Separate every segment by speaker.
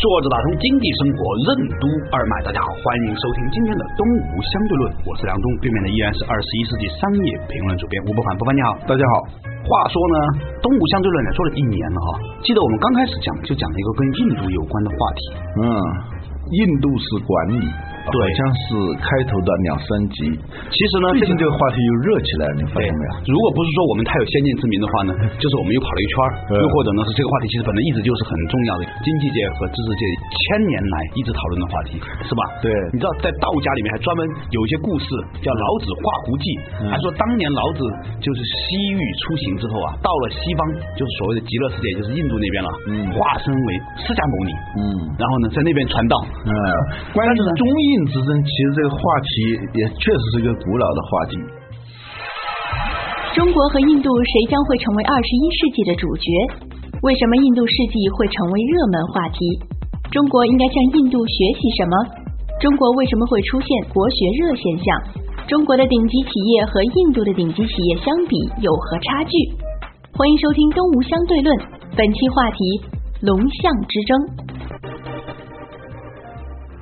Speaker 1: 坐着打通经济生活任督二脉，大家好，欢迎收听今天的《东吴相对论》，我是梁东，对面的依然是二十一世纪商业评论主编吴伯凡，伯凡你好。
Speaker 2: 大家好，
Speaker 1: 话说呢，《东吴相对论》呢做了一年了哈，记得我们刚开始讲就讲了一个跟印度有关的话题，
Speaker 3: 嗯，印度式管理，
Speaker 1: 对
Speaker 3: 好像是开头的两三集。
Speaker 1: 其实呢，这
Speaker 3: 最近
Speaker 1: 个
Speaker 3: 这个话题又热起来了，你发
Speaker 1: 对
Speaker 3: 现没有？，
Speaker 1: 如果不是说我们太有先见之明的话呢，就是我们又跑了一圈儿，
Speaker 3: 对
Speaker 1: 又或者呢是这个话题其实本来一直就是很重要的，经济界和知识界千年来一直讨论的话题，是吧？
Speaker 3: 对
Speaker 1: 你知道在道家里面还专门有一些故事叫老子画胡记，
Speaker 3: 嗯
Speaker 1: 还说当年老子就是西域出行之后啊，到了西方就是所谓的极乐世界，就是印度那边了，
Speaker 3: 嗯
Speaker 1: 化身为释迦牟尼，
Speaker 3: 嗯
Speaker 1: 然后呢在那边传道，
Speaker 3: 嗯，关于中印之争，其实这个话题也确实是一个古老的话题。
Speaker 4: 中国和印度谁将会成为二十一世纪的主角？为什么印度世纪会成为热门话题？中国应该向印度学习什么？中国为什么会出现国学热现象？中国的顶级企业和印度的顶级企业相比有何差距？欢迎收听《东吴相对论》，本期话题：龙象之争。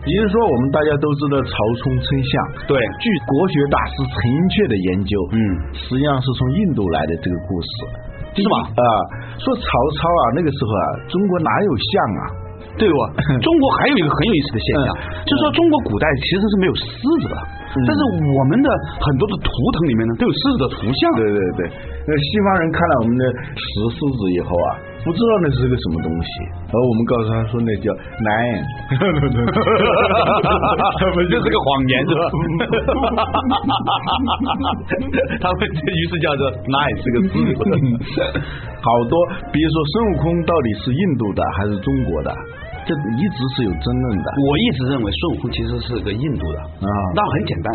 Speaker 3: 也就是说，我们大家都知道曹冲称象，
Speaker 1: 对
Speaker 3: 据国学大师陈寅恪的研究，
Speaker 1: 嗯
Speaker 3: 实际上是从印度来的这个故事，
Speaker 1: 是吧
Speaker 3: 啊、说曹操啊，那个时候啊，中国哪有象啊？
Speaker 1: 对不？ 中国还有一个很有意思的现象，
Speaker 3: 嗯
Speaker 1: 就是说中国古代其实是没有狮子的，但是我们的很多的图腾里 面呢都有狮子的图像。
Speaker 3: 对对对，那西方人看了我们的石狮子以后啊，不知道那是个什么东西，然后我们告诉他说那叫 lion，
Speaker 1: 这是个谎言是吧？ 他们这于是叫做 nice 这个字，
Speaker 3: 好多，比如说孙悟空到底是印度的还是中国的，这一直是有争论的。
Speaker 1: 我一直认为孙悟空其实是个印度的
Speaker 3: 啊
Speaker 1: 那很简单。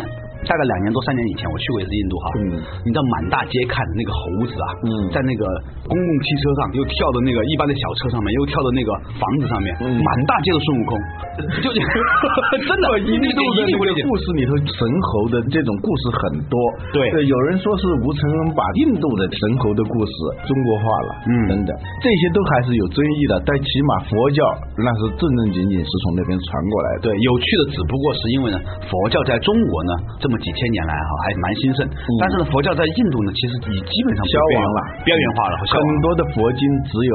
Speaker 1: 大概两年多三年以前，我去过一次印度哈，
Speaker 3: 嗯
Speaker 1: 你知道满大街看的那个猴子啊，
Speaker 3: 嗯
Speaker 1: 在那个公共汽车上又跳到那个一般的小车上面，又跳到那个房子上面，
Speaker 3: 嗯
Speaker 1: 满大街的孙悟空， 就 真的，
Speaker 3: 印
Speaker 1: 你
Speaker 3: 度的
Speaker 1: 一定
Speaker 3: 那
Speaker 1: 会理
Speaker 3: 个
Speaker 1: 解
Speaker 3: 故事里头，神猴的这种故事很多。
Speaker 1: 对
Speaker 3: 呃有人说是吴承恩把印度的神猴的故事中国化了，
Speaker 1: 嗯
Speaker 3: 等等，这些都还是有争议的。但起码佛教那是正正经经是从那边传过来的。
Speaker 1: 对，有趣的只不过是因为呢，佛教在中国呢这么几千年来啊还蛮兴盛，但是呢，佛教在印度呢其实已基本上
Speaker 3: 嗯消亡了，嗯
Speaker 1: 边缘化了，消亡
Speaker 3: 很
Speaker 1: 了
Speaker 3: 多的佛经只有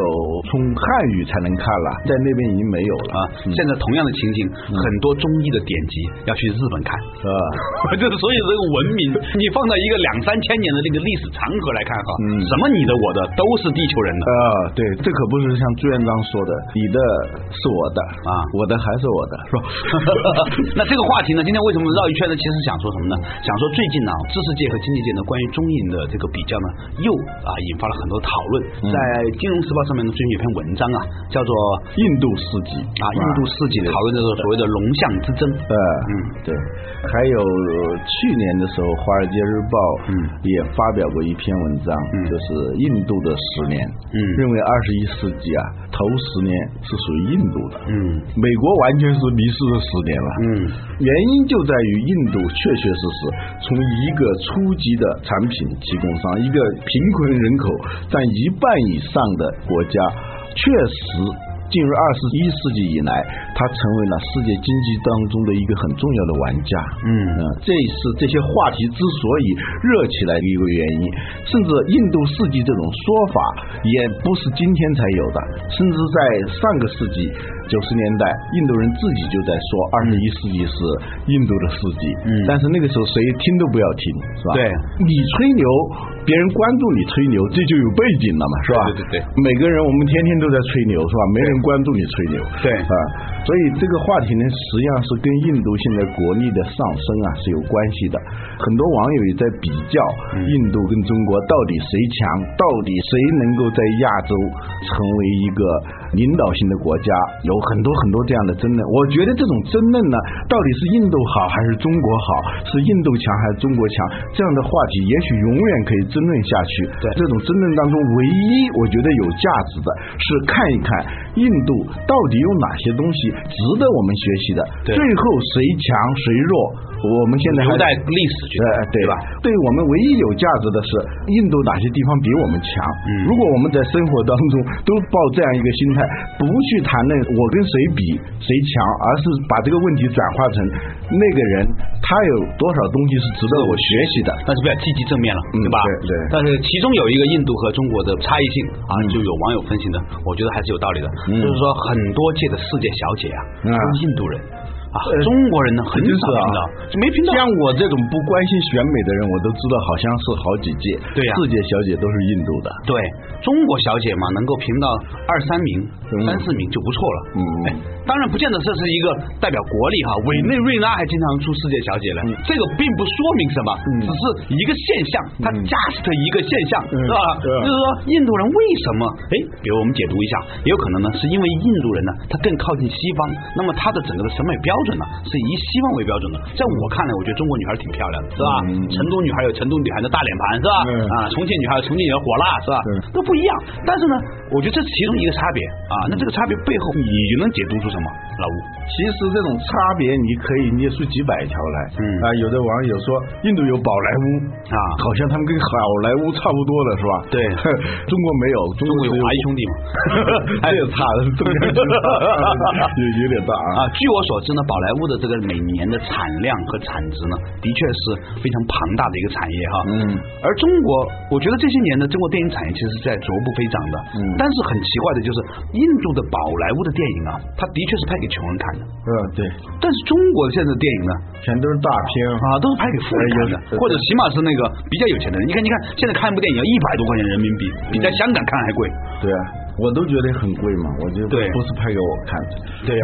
Speaker 3: 从汉语才能看了，在那边已经没有了
Speaker 1: 啊。现在同样的情景，
Speaker 3: 嗯
Speaker 1: 很多中医的典籍要去日本看，
Speaker 3: 呃，
Speaker 1: 就是所以这个文明，你放到一个两三千年的这个历史长河来看哈，
Speaker 3: 嗯
Speaker 1: 什么你的我的都是地球人的。
Speaker 3: 呃，对，这可不是像朱元璋说的，你的是我的
Speaker 1: 啊
Speaker 3: 我的还是我的，是吧？
Speaker 1: 那这个话题呢，今天为什么绕一圈呢？其实想说什么呢？想说最近呢、知识界和经济界呢，关于中印的这个比较呢，又啊引发了很多讨论。在《金融时报》上面呢，最近有篇文章啊，叫做
Speaker 3: 印度世纪
Speaker 1: 啊印度世纪讨论这个所谓的龙象之争。
Speaker 3: 呃，
Speaker 1: 嗯
Speaker 3: 对，还有呃去年的时候，《华尔街日报》
Speaker 1: 嗯
Speaker 3: 也发表过一篇文章，就是印度的十年，
Speaker 1: 嗯
Speaker 3: 认为二十一世纪啊，头十年是属于印度的，
Speaker 1: 嗯
Speaker 3: 美国完全是迷失了十年了，
Speaker 1: 嗯，
Speaker 3: 原因就在于印度确确实实从一个初级的产品提供商，一个贫困人口占一半以上的国家，确实。进入二十一世纪以来，它成为了世界经济当中的一个很重要的玩家。
Speaker 1: 嗯
Speaker 3: 啊这是这些话题之所以热起来的一个原因。甚至印度世纪这种说法也不是今天才有的，甚至在上个世纪九十年代，印度人自己就在说二十一世纪是印度的世纪。
Speaker 1: 嗯
Speaker 3: 但是那个时候谁听都不要听，是吧？
Speaker 1: 对，
Speaker 3: 你吹牛，别人关注你吹牛，这就有背景了嘛，是吧？
Speaker 1: 对对对对
Speaker 3: 每个人我们天天都在吹牛，是吧？没人关注你吹牛。
Speaker 1: 对
Speaker 3: 啊，所以这个话题呢，实际上是跟印度现在国力的上升啊是有关系的。很多网友也在比较
Speaker 1: 嗯
Speaker 3: 印度跟中国到底谁强，到底谁能够在亚洲成为一个领导性的国家，有很多很多这样的争论。我觉得这种争论呢，到底是印度好还是中国好，是印度强还是中国强，这样的话题也许永远可以争论下去。
Speaker 1: 对
Speaker 3: 这种争论当中，唯一我觉得有价值的是看一看印度到底有哪些东西值得我们学习的，
Speaker 1: 对
Speaker 3: 最后谁强谁弱，我们现在还
Speaker 1: 留在历史去看
Speaker 3: 呃，对
Speaker 1: 哎对吧？
Speaker 3: 对我们唯一有价值的是，印度哪些地方比我们强？
Speaker 1: 嗯
Speaker 3: 如果我们在生活当中都抱这样一个心态，不去谈论我跟谁比谁强，而是把这个问题转化成那个人他有多少东西是值得我学习的。
Speaker 1: 但是不要积极正面了，
Speaker 3: 嗯
Speaker 1: 对吧？
Speaker 3: 对对
Speaker 1: 但是其中有一个印度和中国的差异性啊，
Speaker 3: 嗯
Speaker 1: 就有网友分析的，我觉得还是有道理的。
Speaker 3: 嗯
Speaker 1: 就是说，很多届的世界小姐啊，
Speaker 3: 嗯
Speaker 1: 都是印度人啊，中国人呢很
Speaker 3: 真
Speaker 1: 少
Speaker 3: 是啊
Speaker 1: 听到，没听到。
Speaker 3: 像我这种不关心选美的人，我都知道，好像是好几届，
Speaker 1: 对呀
Speaker 3: 世界小姐都是印度的。
Speaker 1: 对中国小姐嘛，能够评到二三名、
Speaker 3: 嗯
Speaker 1: 三四名就不错了。
Speaker 3: 嗯
Speaker 1: 哎，当然不见得这是一个代表国力哈，委内瑞拉还经常出世界小姐了，
Speaker 3: 嗯
Speaker 1: 这个并不说明什么，只是一个现象，它 just 一个现象，
Speaker 3: 嗯
Speaker 1: 是吧？
Speaker 3: 对啊
Speaker 1: 就是说印度人为什么？哎，比如我们解读一下，也有可能呢，是因为印度人呢，他更靠近西方，那么他的整个的审美标准呢，是以西方为标准的。在我看来，我觉得中国女孩挺漂亮的，是吧？
Speaker 3: 嗯
Speaker 1: 成都女孩有成都女孩的大脸盘，是吧？
Speaker 3: 嗯
Speaker 1: 啊，重庆女孩有重庆女孩火辣，是吧？
Speaker 3: 对
Speaker 1: 都不一样。但是呢，我觉得这是其中一个差别啊。那这个差别背后，你能解读出什么？老吴，
Speaker 3: 其实这种差别你可以捏出几百条来。
Speaker 1: 嗯
Speaker 3: 啊、有的网友说印度有宝莱坞
Speaker 1: 啊
Speaker 3: 好像他们跟好莱坞差不多了，是吧？
Speaker 1: 对
Speaker 3: 中国没有，中
Speaker 1: 中国有
Speaker 3: 只
Speaker 1: 华谊兄弟嘛？
Speaker 3: 这也差了，中国 有有有点大 啊
Speaker 1: 啊，。据我所知呢，宝莱坞的这个每年的产量和产值呢，的确是非常庞大的一个产业哈。
Speaker 3: 嗯
Speaker 1: 而中国，我觉得这些年的中国电影产业其实是在逐步飞涨的。
Speaker 3: 嗯
Speaker 1: 但是很奇怪的就是，印度的宝莱坞的电影啊，它的确是拍给穷人看的，
Speaker 3: 嗯，对，
Speaker 1: 但是中国现在的电影呢，
Speaker 3: 全都是大片
Speaker 1: 啊，都是拍给富人看的
Speaker 3: 哎有，
Speaker 1: 或者起码是那个比较有钱的人。你看，你看，现在看一部电影要一百多块钱人民币，比在香港看还贵。
Speaker 3: 对啊，我都觉得很贵嘛，我就
Speaker 1: 对
Speaker 3: 不是拍给我看的。
Speaker 1: 对啊呀、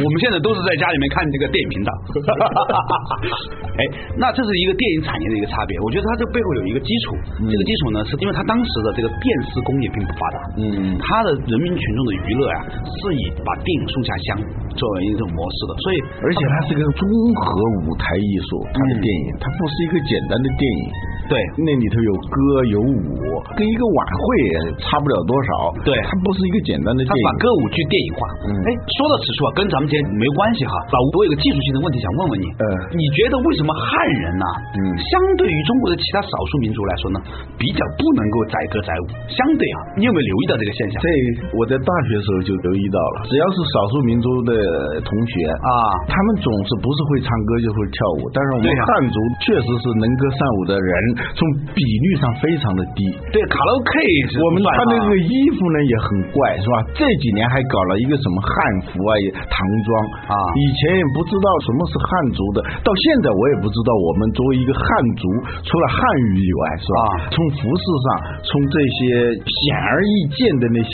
Speaker 1: 我们现在都是在家里面看这个电影频道。 哎，那这是一个电影产业的一个差别。我觉得它这背后有一个基础，这个基础呢，是因为它当时的这个电视工业并不发达，
Speaker 3: 嗯
Speaker 1: 它的人民群众的娱乐呀、啊是以把电影送下乡作为一种模式的，所以
Speaker 3: 而且它是个综合舞台艺术，它的
Speaker 1: 嗯
Speaker 3: 电影，它不是一个简单的电影。
Speaker 1: 对
Speaker 3: 那里头有歌有舞，跟一个晚会也差不了多少。
Speaker 1: 对
Speaker 3: 它不是一个简单的
Speaker 1: 他
Speaker 3: 电影
Speaker 1: 把。歌舞剧电影化。
Speaker 3: 嗯
Speaker 1: 哎，说到此处啊，跟咱们今天没关系哈。老吴，我有个技术性的问题想问问你，
Speaker 3: 嗯
Speaker 1: 你觉得为什么汉人呐、
Speaker 3: 嗯
Speaker 1: 相对于中国的其他少数民族来说呢，比较不能够载歌载舞？相对啊，你有没有留意到这个现象？
Speaker 3: 这我在大学时候就留意到了，只要是少数民族的同学
Speaker 1: 啊
Speaker 3: 他们总是不是会唱歌就会跳舞，但是我们
Speaker 1: 对呀
Speaker 3: 汉族确实是能歌善舞的人，从比率上非常的低。
Speaker 1: 对，卡拉 OK 是
Speaker 3: 我们
Speaker 1: 不算
Speaker 3: 穿
Speaker 1: 啊
Speaker 3: 的这个衣服呢也很怪，是吧？这几年还搞了一个什么汉服啊、也唐装
Speaker 1: 啊
Speaker 3: 以前也不知道什么是汉族的，到现在我也不知道我们作为一个汉族，除了汉语以外，是吧？
Speaker 1: 啊
Speaker 3: 从服饰上，从这些显而易见的那些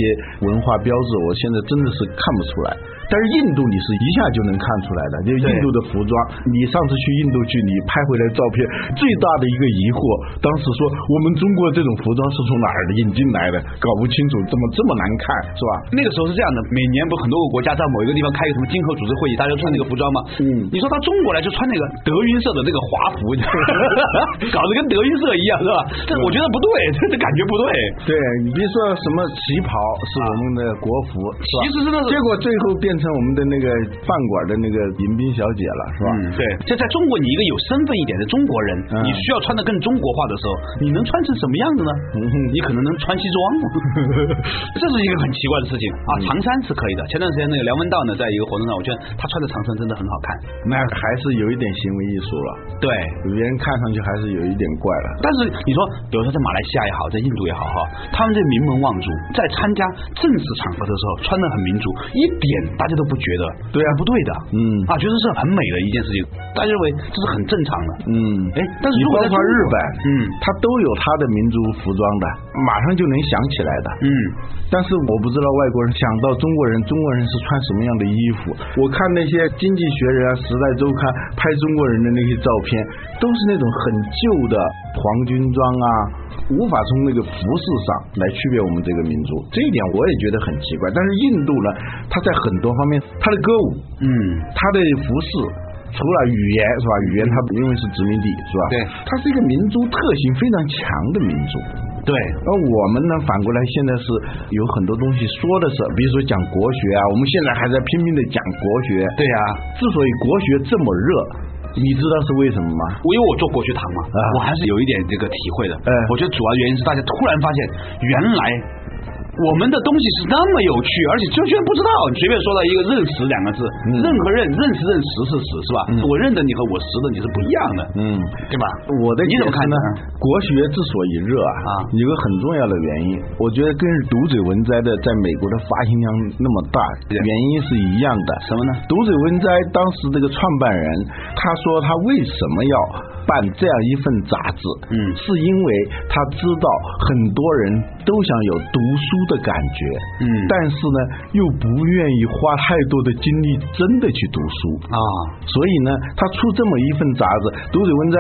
Speaker 3: 文化标志，我现在真的是看不出来。但是印度你是一下就能看出来的，就印度的服装。你上次去印度去，你拍回来照片，最大的一个疑惑，当时说我们中国这种服装是从哪儿引进来的，搞不清楚，怎么这么难看，是吧？
Speaker 1: 那个时候是这样的，每年不是很多个国家在某一个地方开个什么经合组织会议，大家穿那个服装吗？
Speaker 3: 嗯
Speaker 1: 你说到中国来就穿那个德云社的那个华服， 搞得跟德云社一样是吧？这
Speaker 3: 嗯
Speaker 1: 我觉得不对，这这感觉不对。
Speaker 3: 对你别说什么旗袍是我们的国服，是吧
Speaker 1: 其实是那种
Speaker 3: 结果最后变成我们的那个饭馆的那个迎宾小姐了，是吧？
Speaker 1: 嗯，对，这在中国，你一个有身份一点的中国人，
Speaker 3: 嗯
Speaker 1: 你需要穿的更中国化的时候，你能穿成什么样子呢？你可能能穿西 装，这是一个很奇怪的事情啊。长衫是可以的，前段时间那个梁文道呢，在一个活动上，我觉得他穿的长衫真的很好看。
Speaker 3: 那还是有一点行为艺术了，
Speaker 1: 对，
Speaker 3: 别人看上去还是有一点怪了。
Speaker 1: 但是你说，比如说在马来西亚也好，在印度也好哈，他们这名门望族在参加正式场合的时候穿的很民族，一点大家都不觉得，对啊，不对的，
Speaker 3: 嗯
Speaker 1: 啊，觉得是很美的一件事情，大家认为这是很正常的，
Speaker 3: 嗯，
Speaker 1: 哎但是
Speaker 3: 你
Speaker 1: 如果
Speaker 3: 包
Speaker 1: 在中
Speaker 3: 括
Speaker 1: 国
Speaker 3: 日本，
Speaker 1: 嗯
Speaker 3: 它都有它的民族服装的，马上就能想起来的。
Speaker 1: 嗯，
Speaker 3: 但是我不知道外国人想到中国人，中国人是穿什么样的衣服。我看那些《经济学人》啊，《时代周刊》拍中国人的那些照片，都是那种很旧的黄军装啊。无法从那个服饰上来区别我们这个民族，这一点我也觉得很奇怪。但是印度呢，它在很多方面，它的歌舞，
Speaker 1: 嗯，
Speaker 3: 它的服饰。除了语言是吧？语言它因为是殖民地是吧？
Speaker 1: 对
Speaker 3: 它是一个民族特性非常强的民族。
Speaker 1: 对，
Speaker 3: 而我们呢，反过来现在是有很多东西说的是，比如说讲国学啊，我们现在还在拼命的讲国学。
Speaker 1: 对啊呀、
Speaker 3: 之所以国学这么热，你知道是为什么吗？
Speaker 1: 我因为我做国学堂嘛，
Speaker 3: 啊
Speaker 1: 我还是有一点这个体会的。
Speaker 3: 嗯
Speaker 1: 我觉得主要原因是大家突然发现，原来我们的东西是那么有趣，而且就居然不知道。你随便说到一个“认识”两个字，
Speaker 3: 嗯
Speaker 1: 认和认，认识认识是识是吧？
Speaker 3: 嗯
Speaker 1: 我认得你和我识的你是不一样的，
Speaker 3: 嗯，
Speaker 1: 对吧？
Speaker 3: 我的
Speaker 1: 你怎么
Speaker 3: 解释
Speaker 1: 看
Speaker 3: 呢
Speaker 1: 呢？
Speaker 3: 国学之所以热啊，
Speaker 1: 啊
Speaker 3: 有个很重要的原因，我觉得跟读者文摘的在美国的发行量那么大，
Speaker 1: 对
Speaker 3: 原因是一样的。
Speaker 1: 什么呢
Speaker 3: 读者文摘当时这个创办人，他说他为什么要办这样一份杂志？
Speaker 1: 嗯
Speaker 3: 是因为他知道很多人都想有读书的感
Speaker 1: 嗯
Speaker 3: 觉，但是呢，又不愿意花太多的精力真的去读书
Speaker 1: 啊，
Speaker 3: 所以呢，他出这么一份杂志，《读者文摘》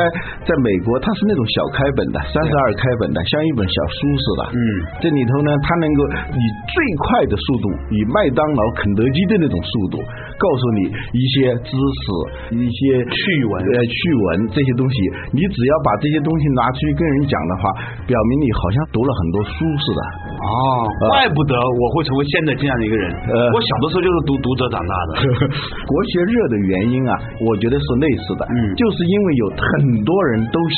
Speaker 3: 在美国它是那种小开本的，三十二开本的，像一本小书似的。
Speaker 1: 嗯，
Speaker 3: 这里头呢，它能够以最快的速度，以麦当劳、肯德基的那种速度，告诉你一些知识、一些趣
Speaker 1: 闻
Speaker 3: 呃趣闻这些东西。你只要把这些东西拿出去跟人讲的话，表明你好像读了很多书似的。
Speaker 1: 哦，怪不得我会成为现在这样的一个人。
Speaker 3: 呃
Speaker 1: 我小的时候就是读读者长大的。
Speaker 3: 国学热的原因啊，我觉得是类似的，
Speaker 1: 嗯
Speaker 3: 就是因为有很多人都想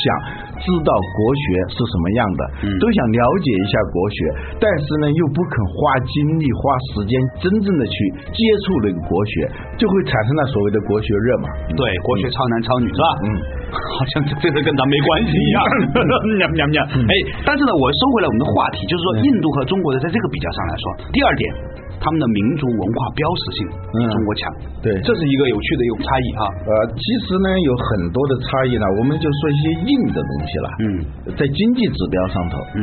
Speaker 3: 知道国学是什么样的，
Speaker 1: 嗯
Speaker 3: 都想了解一下国学，但是呢又不肯花精力、花时间真正的去接触那个国学，就会产生了所谓的国学热嘛。
Speaker 1: 对，国学超男超女是吧？
Speaker 3: 嗯，
Speaker 1: 好像这个跟咱没关系一样。 喵喵喵！哎，但是呢，我收回来我们的话题，就是说印度和中国的在这个比较上来说，第二点，他们的民族文化标识性比
Speaker 3: 嗯
Speaker 1: 中国强，
Speaker 3: 对
Speaker 1: 这是一个有趣的一个差异啊。
Speaker 3: 呃，其实呢有很多的差异呢，我们就说一些硬的东西了。
Speaker 1: 嗯，
Speaker 3: 在经济指标上头，
Speaker 1: 嗯，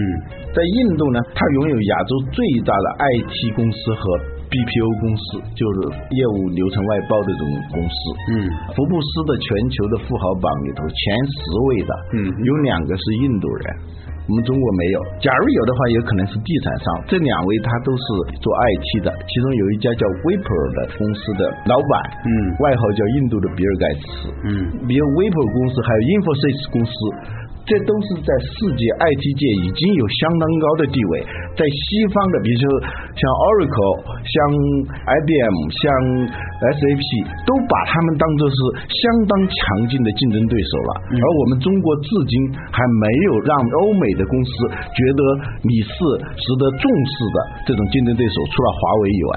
Speaker 3: 在印度呢，它拥有亚洲最大的 IT 公司和 BPO 公司，就是业务流程外包的这种公司。
Speaker 1: 嗯
Speaker 3: 福布斯的全球的富豪榜里头前十位的，
Speaker 1: 嗯
Speaker 3: 有两个是印度人。我们中国没有，假如有的话，也可能是地产商。这两位他都是做 IT 的，其中有一家叫 Wipro 的公司的老板，
Speaker 1: 嗯
Speaker 3: 外号叫印度的比尔盖茨，
Speaker 1: 嗯
Speaker 3: 比如 Wipro 公司还有 Infosys 公司，这都是在世界 IT 界已经有相当高的地位。在西方的，比如说像 Oracle、像 IBM、像 SAP，都把他们当做是相当强劲的竞争对手了。而我们中国至今还没有让欧美的公司觉得你是值得重视的这种竞争对手，除了华为以外。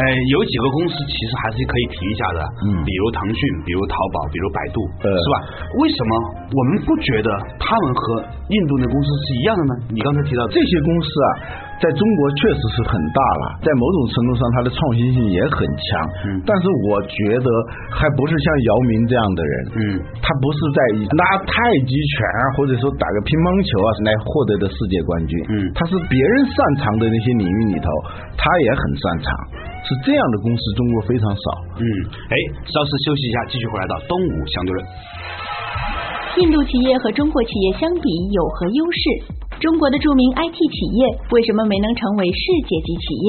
Speaker 1: 哎，有几个公司其实还是可以提一下的，
Speaker 3: 嗯
Speaker 1: 比如腾讯，比如淘宝，比如百度，
Speaker 3: 呃
Speaker 1: 是吧？为什么我们不觉得他们和印度的公司是一样的呢？你刚才提到
Speaker 3: 这些公司啊，在中国确实是很大了，在某种程度上，它的创新性也很强。
Speaker 1: 嗯
Speaker 3: 但是我觉得还不是像姚明这样的人。
Speaker 1: 嗯
Speaker 3: 他不是在以拉太极拳啊，或者说打个乒乓球啊来获得的世界冠军。
Speaker 1: 嗯
Speaker 3: 他是别人擅长的那些领域里头，他也很擅长。是这样的公司，中国非常少。
Speaker 1: 嗯，哎，稍事休息一下，继续回来到东吴相对论。
Speaker 4: 印度企业和中国企业相比有何优势？中国的著名 IT 企业为什么没能成为世界级企业？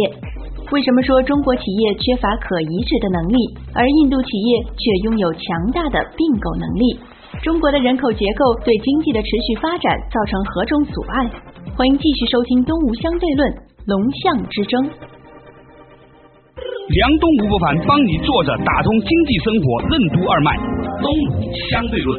Speaker 4: 为什么说中国企业缺乏可移植的能力，而印度企业却拥有强大的并购能力？中国的人口结构对经济的持续发展造成何种阻碍？欢迎继续收听《东吴相对论：龙象之争》。
Speaker 2: 梁东吴伯凡帮你坐着打通经济生活任督二脉，东吴相对论。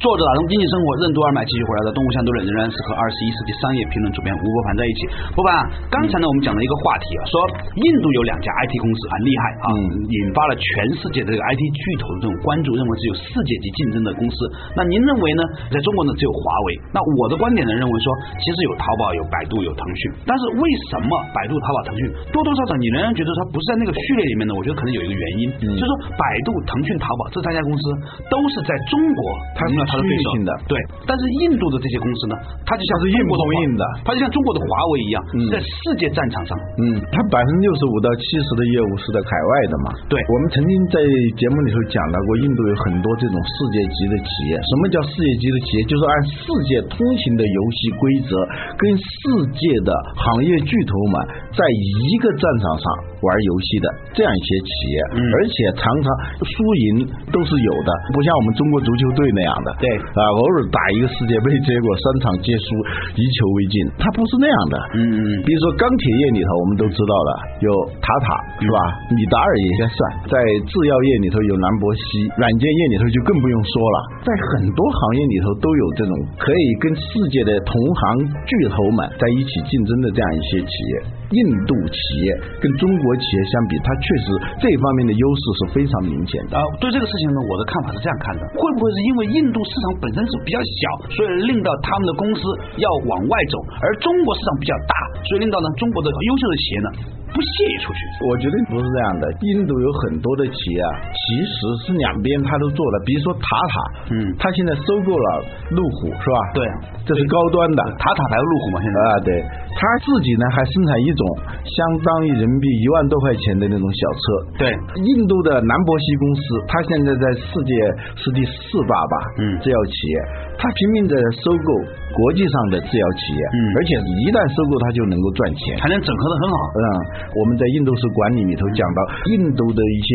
Speaker 1: 作者打通经济生活任督二脉，继续回来的东吴相对论仍然是和二十一世纪商业评论主编吴伯凡在一起。伯凡啊，刚才呢我们讲了一个话题啊，说印度有两家 IT 公司很厉害啊，
Speaker 3: 嗯
Speaker 1: 引发了全世界的这个 IT 巨头的这种关注，认为是有世界级竞争的公司。那您认为呢？在中国呢只有华为。那我的观点呢认为说，其实有淘宝、有百度、有腾讯，但是为什么百度、淘宝、腾讯多多少少你仍然觉得它不是在那个序列里面呢？我觉嗯得可能有一个原因，就是说百度、腾讯、淘宝这三家公司都是在中国
Speaker 3: 它
Speaker 1: 成了它的对手
Speaker 3: 区域性的
Speaker 1: 对。但是印度的这些公司呢，它就像
Speaker 3: 它是硬
Speaker 1: 中国的
Speaker 3: 碰
Speaker 1: 华
Speaker 3: 硬的
Speaker 1: 它就像中国的华为一样
Speaker 3: 嗯，
Speaker 1: 在世界战场上
Speaker 3: 嗯，它百分之六十五到七十的业务是在海外的嘛？
Speaker 1: 对
Speaker 3: 我们曾经在节目里头讲到过，印度有很多这种世界级的企业。什么叫世界级的企业？就是按世界通行的游戏规则，跟世界的行业巨头们在一个战场上玩游戏的这样一些企业，
Speaker 1: 嗯
Speaker 3: 而且常常输赢都是有的，不像我们中国足球队那样的。
Speaker 1: 对
Speaker 3: 啊，偶尔打一个世界杯，结果三场皆输，一球未进，它不是那样的。
Speaker 1: 嗯
Speaker 3: 比如说钢铁业里头，我们都知道了，有塔塔是吧？米达尔也该算。在制药业里头有兰博西，软件业里头就更不用说了。在很多行业里头都有这种可以跟世界的同行巨头们在一起竞争的这样一些企业。印度企业跟中国企业相比，它确实这方面的优势是非常明显的。
Speaker 1: 啊，对这个事情呢，我的看法是这样看的：会不会是因为印度市场本身是比较小，所以令到他们的公司要往外走，而中国市场比较大，所以令到呢中国的优秀的企业呢不屑于出去？
Speaker 3: 我觉得不是这样的。印度有很多的企业啊，其实是两边它都做了，比如说塔塔，
Speaker 1: 嗯
Speaker 3: 它现在收购了路虎，是吧？
Speaker 1: 对，
Speaker 3: 这是高端的。
Speaker 1: 塔塔还有路虎嘛，现在
Speaker 3: 啊，对，它自己呢还生产一种相当于人民币一万多块钱的那种小
Speaker 1: 对
Speaker 3: 车。印度的兰博基公司，它现在在世界是第四大吧，
Speaker 1: 嗯
Speaker 3: 制药企业，它拼命的收购国际上的制药企业，
Speaker 1: 嗯
Speaker 3: 而且一旦收购，它就能够赚钱。
Speaker 1: 还能整合的很好。
Speaker 3: 嗯，我们在印度式管理里头讲到，印度的一些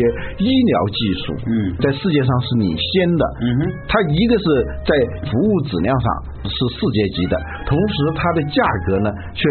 Speaker 3: 医疗技术，
Speaker 1: 嗯
Speaker 3: 在世界上是领先的，
Speaker 1: 嗯哼
Speaker 3: 它一个是在服务质量上是世界级的，同时它的价格呢却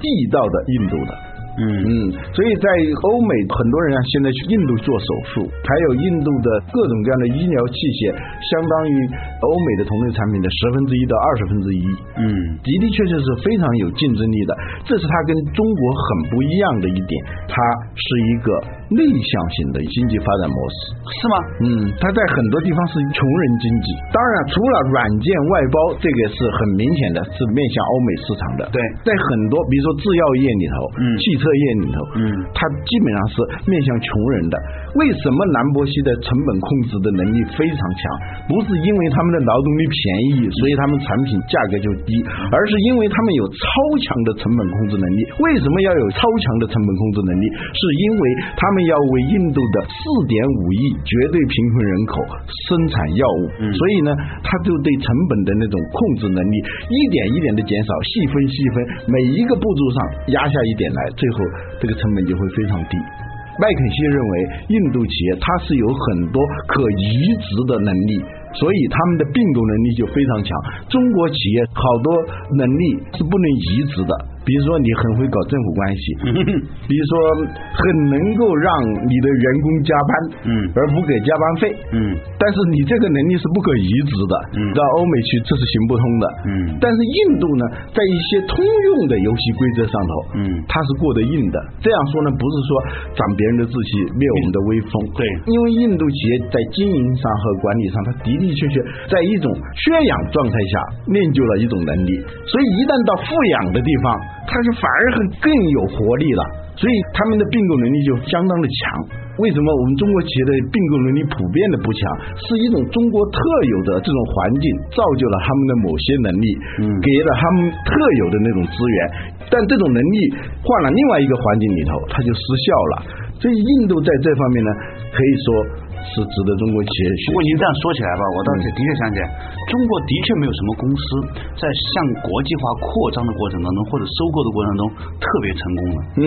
Speaker 3: 地道的印度的，
Speaker 1: 嗯
Speaker 3: 嗯，所以在欧美很多人啊，现在去印度做手术，还有印度的各种各样的医疗器械，相当于欧美的同类产品的十分之一到二十分之一。
Speaker 1: 嗯，
Speaker 3: 的的确确是非常有竞争力的，这是它跟中国很不一样的一点，它是一个内向型的经济发展模式。
Speaker 1: 是吗？
Speaker 3: 嗯，它在很多地方是穷人经济，当然除了软件外包，这个是很明显的，是面向欧美市场的。
Speaker 1: 对
Speaker 3: 在很多比如说制药业里头，
Speaker 1: 嗯
Speaker 3: 汽车业里头，
Speaker 1: 嗯
Speaker 3: 它基本上是面向穷人的。为什么兰博基的成本控制的能力非常强？不是因为他们的劳动力便宜，所以他们产品价格就低，而是因为他们有超强的成本控制能力。为什么要有超强的成本控制能力？是因为他们要为印度的四点五亿绝对贫困人口生产药物，所以呢，他就对成本的那种控制能力一点一点的减少，细分细分，每一个步骤上压下一点来，最后这个成本就会非常低。麦肯锡认为，印度企业它是有很多可移植的能力，所以他们的并购能力就非常强。中国企业好多能力是不能移植的，比如说你很会搞政府关 系，比如说很能够让你的员工加班，
Speaker 1: 嗯
Speaker 3: 而不给加班费，
Speaker 1: 嗯
Speaker 3: 但是你这个能力是不可移植的，
Speaker 1: 嗯
Speaker 3: 到欧美去这是行不通的，
Speaker 1: 嗯
Speaker 3: 但是印度呢，在一些通用的游戏规则上头，
Speaker 1: 嗯
Speaker 3: 它是过得硬的。这样说呢，不是说长别人的志气，灭我们的威风，
Speaker 1: 对
Speaker 3: 因为印度企业在经营上和管理上，它的的确确在一种缺氧状态下练就了一种能力，所以一旦到富氧的地方，它就反而很更有活力了。所以他们的并购能力就相当的强。为什么我们中国企业的并购能力普遍的不强？是一种中国特有的这种环境造就了他们的某些能力，给了他们特有的那种资源，但这种能力换了另外一个环境里头，它就失效了。所以印度在这方面呢，可以说是值得中国企业
Speaker 1: 不
Speaker 3: 学
Speaker 1: 过
Speaker 3: 习。
Speaker 1: 您这样说起来吧，我倒
Speaker 3: 嗯
Speaker 1: 是的确想起来，中国的确没有什么公司在向国际化扩张的过程当中，或者收购的过程当中特别成功的。
Speaker 3: 嗯，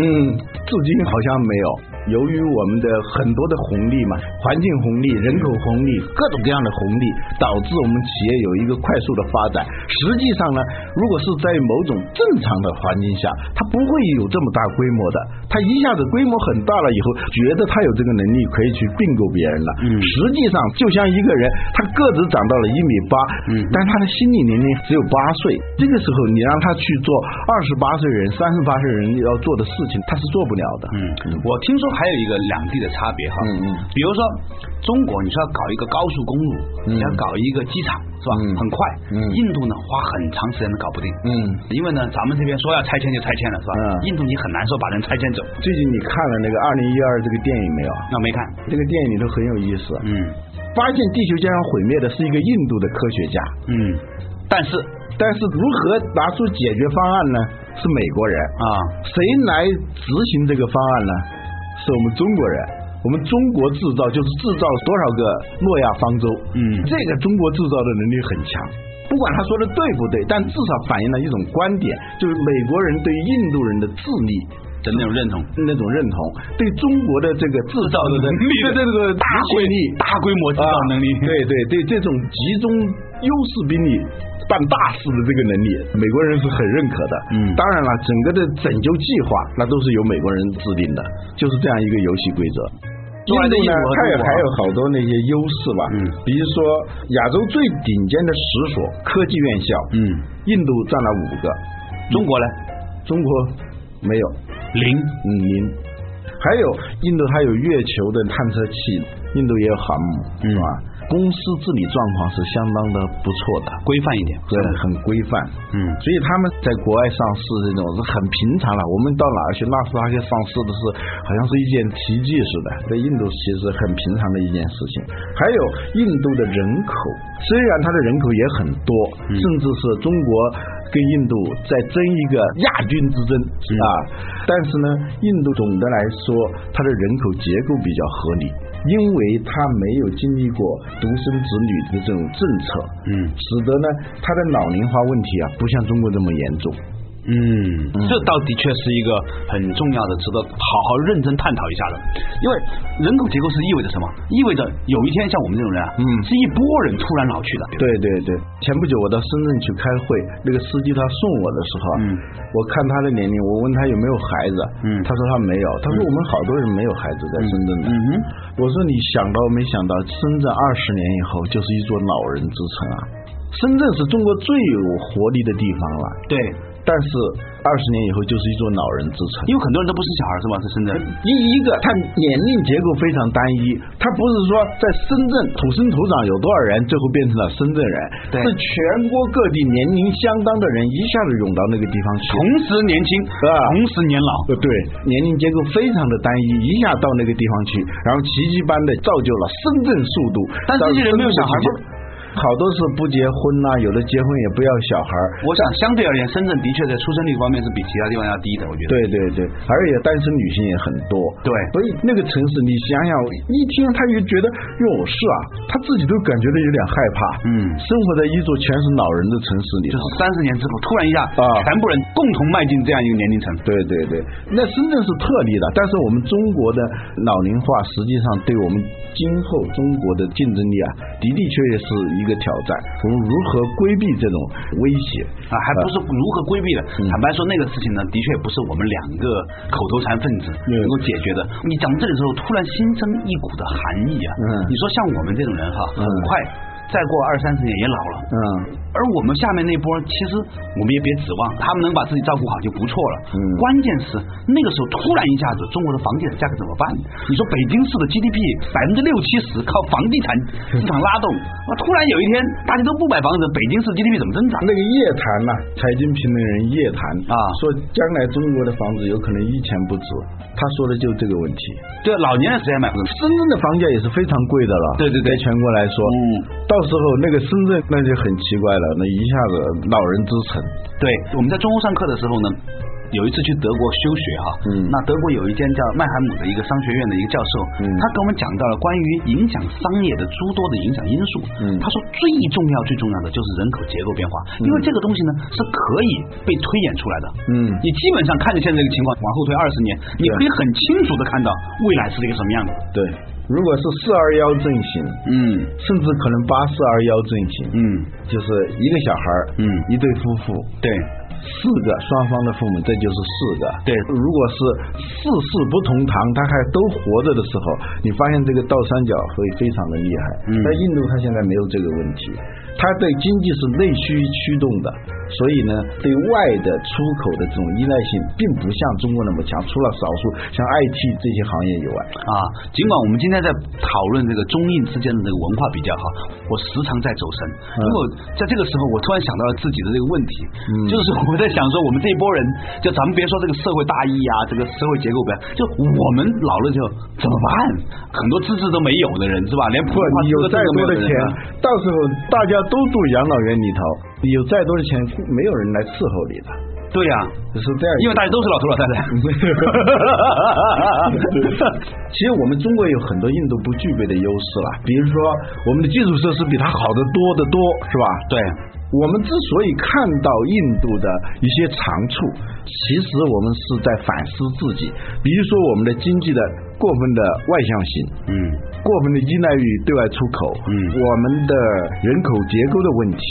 Speaker 3: 至今好像没有。由于我们的很多的红利嘛，环境红利、人口红利、各种各样的红利，导致我们企业有一个快速的发展。实际上呢，如果是在某种正常的环境下，它不会有这么大规模的。它一下子规模很大了以后，觉得它有这个能力可以去并购别人了。
Speaker 1: 嗯
Speaker 3: 实际上就像一个人，他个子长到了一米八，
Speaker 1: 嗯
Speaker 3: 但他的心理年龄只有八岁。这个时候你让他去做二十八岁人、三十八岁人要做的事情，他是做不了的。
Speaker 1: 嗯，我听说还有一个两地的差别哈，
Speaker 3: 嗯嗯
Speaker 1: 比如说中国，你说要搞一个高速公路，
Speaker 3: 嗯
Speaker 1: 你要搞一个机场是吧？
Speaker 3: 嗯
Speaker 1: 很快，
Speaker 3: 嗯
Speaker 1: 印度呢花很长时间都搞不定，
Speaker 3: 嗯
Speaker 1: 因为呢咱们这边说要拆迁就拆迁了是吧？
Speaker 3: 嗯
Speaker 1: 印度你很难说把人拆迁走，
Speaker 3: 最近你看了那个二零一二这个电影没有？
Speaker 1: 那没看，
Speaker 3: 这个电影里头很有意思。
Speaker 1: 嗯
Speaker 3: 八发现地球将要毁灭的是一个印度的科学家，
Speaker 1: 嗯，但是
Speaker 3: 但是如何拿出解决方案呢？是美国人
Speaker 1: 啊，
Speaker 3: 谁来执行这个方案呢？是我们中国人。我们中国制造就是制造了多少个诺亚方舟？
Speaker 1: 嗯
Speaker 3: 这个中国制造的能力很强。不管他说的对不对，但至少反映了一种观点，就是美国人对印度人的智力
Speaker 1: 的那种认同。
Speaker 3: 那种认同，对中国的这个制造的能力，对这个大规力、大规模制造能力，啊对对对，这种集中优势兵力办大事的这个能力，美国人是很认可的。
Speaker 1: 嗯
Speaker 3: 当然了，整个的拯救计划那都是由美国人制定的，就是这样一个游戏规则。
Speaker 1: 另外的
Speaker 3: 印度呢啊
Speaker 1: 印度和
Speaker 3: 它也
Speaker 1: 中国
Speaker 3: 还有好多那些优势吧，
Speaker 1: 嗯
Speaker 3: 比如说亚洲最顶尖的十所科技院校，
Speaker 1: 嗯，
Speaker 3: 印度占了五个，
Speaker 1: 中国呢？
Speaker 3: 中国没有，
Speaker 1: 零。
Speaker 3: 嗯，您。还有印度，它有月球的探测器，印度也有航母，
Speaker 1: 嗯
Speaker 3: 是吧？公司治理状况是相当的不错的，
Speaker 1: 规范一点，
Speaker 3: 对，很规范。
Speaker 1: 嗯
Speaker 3: 所以他们在国外上市这种是很平常了。我们到哪儿去纳斯达克上市的是，好像是一件奇迹似的。在印度其实很平常的一件事情。还有印度的人口，虽然它的人口也很多，甚至是中国跟印度在争一个亚军之争、啊，但是呢，印度总的来说它的人口结构比较合理。因为它没有经历过独生子女的这种政策，
Speaker 1: 嗯
Speaker 3: 使得呢他的老龄化问题啊，不像中国这么严重。
Speaker 1: 嗯，这倒的确是一个很重要的、值得好好认真探讨一下的。因为人口结构是意味着什么？意味着有一天像我们这种人啊，
Speaker 3: 嗯
Speaker 1: 是一波人突然老去的。
Speaker 3: 对对对，前不久我到深圳去开会，那个司机他送我的时候啊，
Speaker 1: 嗯
Speaker 3: 我看他的年龄，我问他有没有孩子，啊
Speaker 1: 嗯
Speaker 3: 他说他没有，他说我们好多人没有孩子在深圳的，
Speaker 1: 嗯哼，
Speaker 3: 我说你想到没想到，深圳二十年以后就是一座老人之城啊，深圳是中国最有活力的地方了，
Speaker 1: 对，
Speaker 3: 但是二十年以后就是一座老人之城。
Speaker 1: 因为很多人都不是小孩是吧？在深圳，
Speaker 3: 第一个，它年龄结构非常单一，它不是说在深圳土生土长有多少人，最后变成了深圳人，
Speaker 1: 对
Speaker 3: 是全国各地年龄相当的人一下子涌到那个地方去。
Speaker 1: 同时年轻，
Speaker 3: 啊
Speaker 1: 同时年老。
Speaker 3: 呃，对，年龄结构非常的单一，一下到那个地方去，然后奇迹般的造就了深圳速度。
Speaker 1: 但这些人没有小孩吗
Speaker 3: 好多是不结婚呐、有的结婚也不要小孩儿，
Speaker 1: 我想相对而言，深圳的确在出生率方面是比其他地方要低的，我觉得。
Speaker 3: 对对对，而且单身女性也很多。
Speaker 1: 对
Speaker 3: 所以那个城市，你想想，一听他就觉得，哟，是啊，他自己都感觉到有点害怕。
Speaker 1: 嗯
Speaker 3: 生活在一座全是老人的城市里
Speaker 1: 就
Speaker 3: 头
Speaker 1: 是。三十年之后，突然一下，
Speaker 3: 啊
Speaker 1: 全部人共同迈进这样一个年龄层。
Speaker 3: 对对对，那深圳是特例的，但是我们中国的老龄化实际上对我们今后中国的竞争力啊，的的确确是一个挑战。我们如何规避这种威胁
Speaker 1: 啊，还不是
Speaker 3: 嗯
Speaker 1: 如何规避的。坦白说，那个事情呢，的确不是我们两个口头禅分子
Speaker 3: 嗯
Speaker 1: 能够解决的。你讲到这里的时候，突然心生一股的寒意啊！
Speaker 3: 嗯
Speaker 1: 你说像我们这种人哈，
Speaker 3: 嗯
Speaker 1: 很快再过二三十年也老了。
Speaker 3: 嗯，
Speaker 1: 而我们下面那波，其实我们也别指望他们能把自己照顾好就不错了。
Speaker 3: 嗯
Speaker 1: 关键是那个时候突然一下子，中国的房地产价格怎么办？你说北京市的 GDP 百分之六七十靠房地产市场拉动，啊，突然有一天大家都不买房子，北京市 GDP 怎么增长？
Speaker 3: 那个叶檀呐、财经评论人叶檀
Speaker 1: 啊
Speaker 3: 说将来中国的房子有可能一钱不值，他说的就是这个问题。
Speaker 1: 对，老年人谁还买不起？
Speaker 3: 深圳的房价也是非常贵的了，
Speaker 1: 对对对
Speaker 3: 在全国来说，
Speaker 1: 嗯，
Speaker 3: 到时候那个深圳那就很奇怪了，那一下子老人之城，
Speaker 1: 对，我们在中欧上课的时候呢，有一次去德国休学哈、
Speaker 3: 嗯
Speaker 1: 那德国有一间叫麦海姆的一个商学院的一个教授，
Speaker 3: 嗯
Speaker 1: 他给我们讲到了关于影响商业的诸多的影响因素。
Speaker 3: 嗯
Speaker 1: 他说最重要最重要的就是人口结构变化，因为这个东西呢是可以被推演出来的。
Speaker 3: 嗯
Speaker 1: 你基本上看着现在这个情况，往后推二十年，你可以很清楚的看到未来是一个什么样子。
Speaker 3: 对，如果是四二幺阵型，
Speaker 1: 嗯
Speaker 3: 甚至可能八四二幺阵型，
Speaker 1: 嗯，
Speaker 3: 就是一个小孩儿，
Speaker 1: 嗯
Speaker 3: 一对夫妇，
Speaker 1: 对
Speaker 3: 四个双方的父母，这就是四个。
Speaker 1: 对
Speaker 3: 如果是四世不同堂，他还都活着的时候，你发现这个倒三角会非常的厉害。
Speaker 1: 嗯
Speaker 3: 但印度它现在没有这个问题，它对经济是内需驱动的，所以呢，对外的出口的这种依赖性并不像中国那么强，除了少数像 IT 这些行业以外。
Speaker 1: 啊，尽管我们今天在讨论这个中印之间的这个文化比较哈，
Speaker 3: 嗯 嗯
Speaker 1: 我时常在走神。如果在这个时候，我突然想到了自己的这个问题，就是我我在想说，我们这一波人，就咱们别说这个社会大义啊，这个社会结构不要，就我们老了之后怎么办？很多资质都没有的人是吧？连普
Speaker 3: 不
Speaker 1: 通话，资
Speaker 3: 你有
Speaker 1: 格
Speaker 3: 再
Speaker 1: 证都没
Speaker 3: 多的
Speaker 1: 人
Speaker 3: 钱
Speaker 1: 啊，
Speaker 3: 到时候大家都住养老院里头，你有再多的钱，没有人来伺候你的，
Speaker 1: 对 呀、
Speaker 3: 就是这样一个。
Speaker 1: 因为大家都是老头老太太。
Speaker 3: 其实我们中国有很多印度不具备的优势了，比如说我们的基础设施比它好的多得多，是吧？
Speaker 1: 对，
Speaker 3: 我们之所以看到印度的一些长处，其实我们是在反思自己，比如说我们的经济的过分的外向性，
Speaker 1: 嗯，
Speaker 3: 过分的依赖于对外出口，
Speaker 1: 嗯
Speaker 3: 我们的人口结构的问题，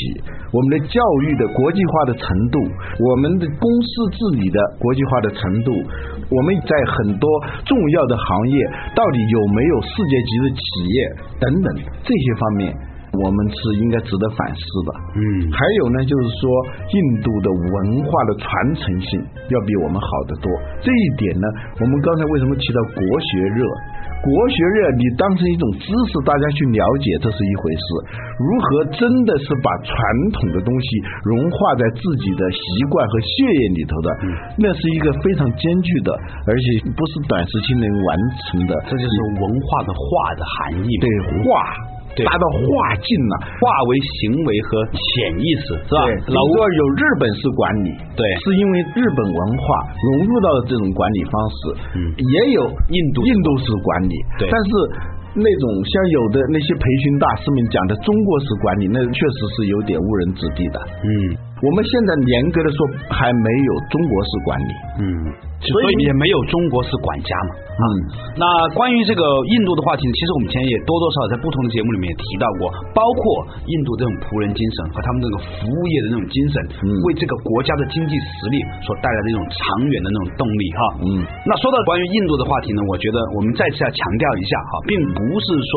Speaker 3: 我们的教育的国际化的程度，我们的公司治理的国际化的程度，我们在很多重要的行业到底有没有世界级的企业等等这些方面，我们是应该值得反思的。
Speaker 1: 嗯
Speaker 3: 还有呢，就是说印度的文化的传承性要比我们好得多。这一点呢，我们刚才为什么提到国学热？国学热，你当成一种知识，大家去了解，这是一回事。如何真的是把传统的东西融化在自己的习惯和血液里头的，
Speaker 1: 嗯
Speaker 3: 那是一个非常艰巨的，而且不是短时期能完成的。
Speaker 1: 这就是文化的“化”的含义嘛。
Speaker 3: 对化，
Speaker 1: 对
Speaker 3: 达到化境了、
Speaker 1: 化为行为和潜意识，是吧？
Speaker 3: 对，
Speaker 1: 老
Speaker 3: 老说有日本式管理，
Speaker 1: 对
Speaker 3: 是因为日本文化融入到了这种管理方式，
Speaker 1: 嗯
Speaker 3: 也有印度印度式管理，
Speaker 1: 对
Speaker 3: 但是。那种像有的那些培训大师们讲的中国式管理，那确实是有点误人子弟的。
Speaker 1: 嗯
Speaker 3: 我们现在严格的说还没有中国式管理，
Speaker 1: 嗯，所
Speaker 3: 所
Speaker 1: 以
Speaker 3: 以
Speaker 1: 也没有中国式管家嘛。
Speaker 3: 嗯，
Speaker 1: 啊那关于这个印度的话题，其实我们以前也多多少少在不同的节目里面也提到过，包括印度这种仆人精神和他们这个服务业的那种精神，
Speaker 3: 嗯
Speaker 1: 为这个国家的经济实力所带来的一种长远的那种动力哈。
Speaker 3: 嗯
Speaker 1: 那说到关于印度的话题呢，我觉得我们再次要强调一下哈，并不是说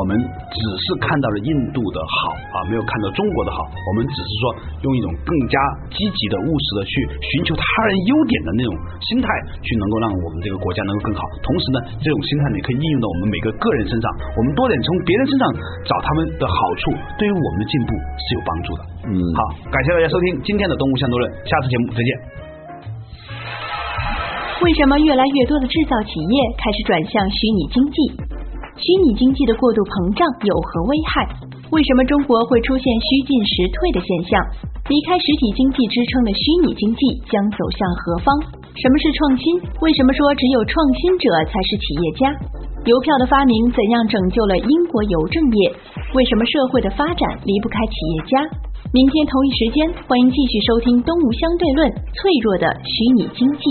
Speaker 1: 我们只是看到了印度的好啊，没有看到中国的好，我们只是说用一种更加积极的、务实的去寻求他人优点的那种心态，去能够让我们这个国家能够更好。同时呢，这种心态呢也可以应用到我们每个个人身上，我们多点从别人身上找他们的好处，对于我们的进步是有帮助的。
Speaker 3: 嗯
Speaker 1: 好，感谢大家收听今天的《东吴相对论》，下次节目再见。
Speaker 4: 为什么越来越多的制造企业开始转向虚拟经济？虚拟经济的过度膨胀有何危害？为什么中国会出现虚进实退的现象？离开实体经济支撑的虚拟经济将走向何方？什么是创新？为什么说只有创新者才是企业家？邮票的发明怎样拯救了英国邮政业？为什么社会的发展离不开企业家？明天同一时间，欢迎继续收听《东吴相对论：脆弱的虚拟经济》。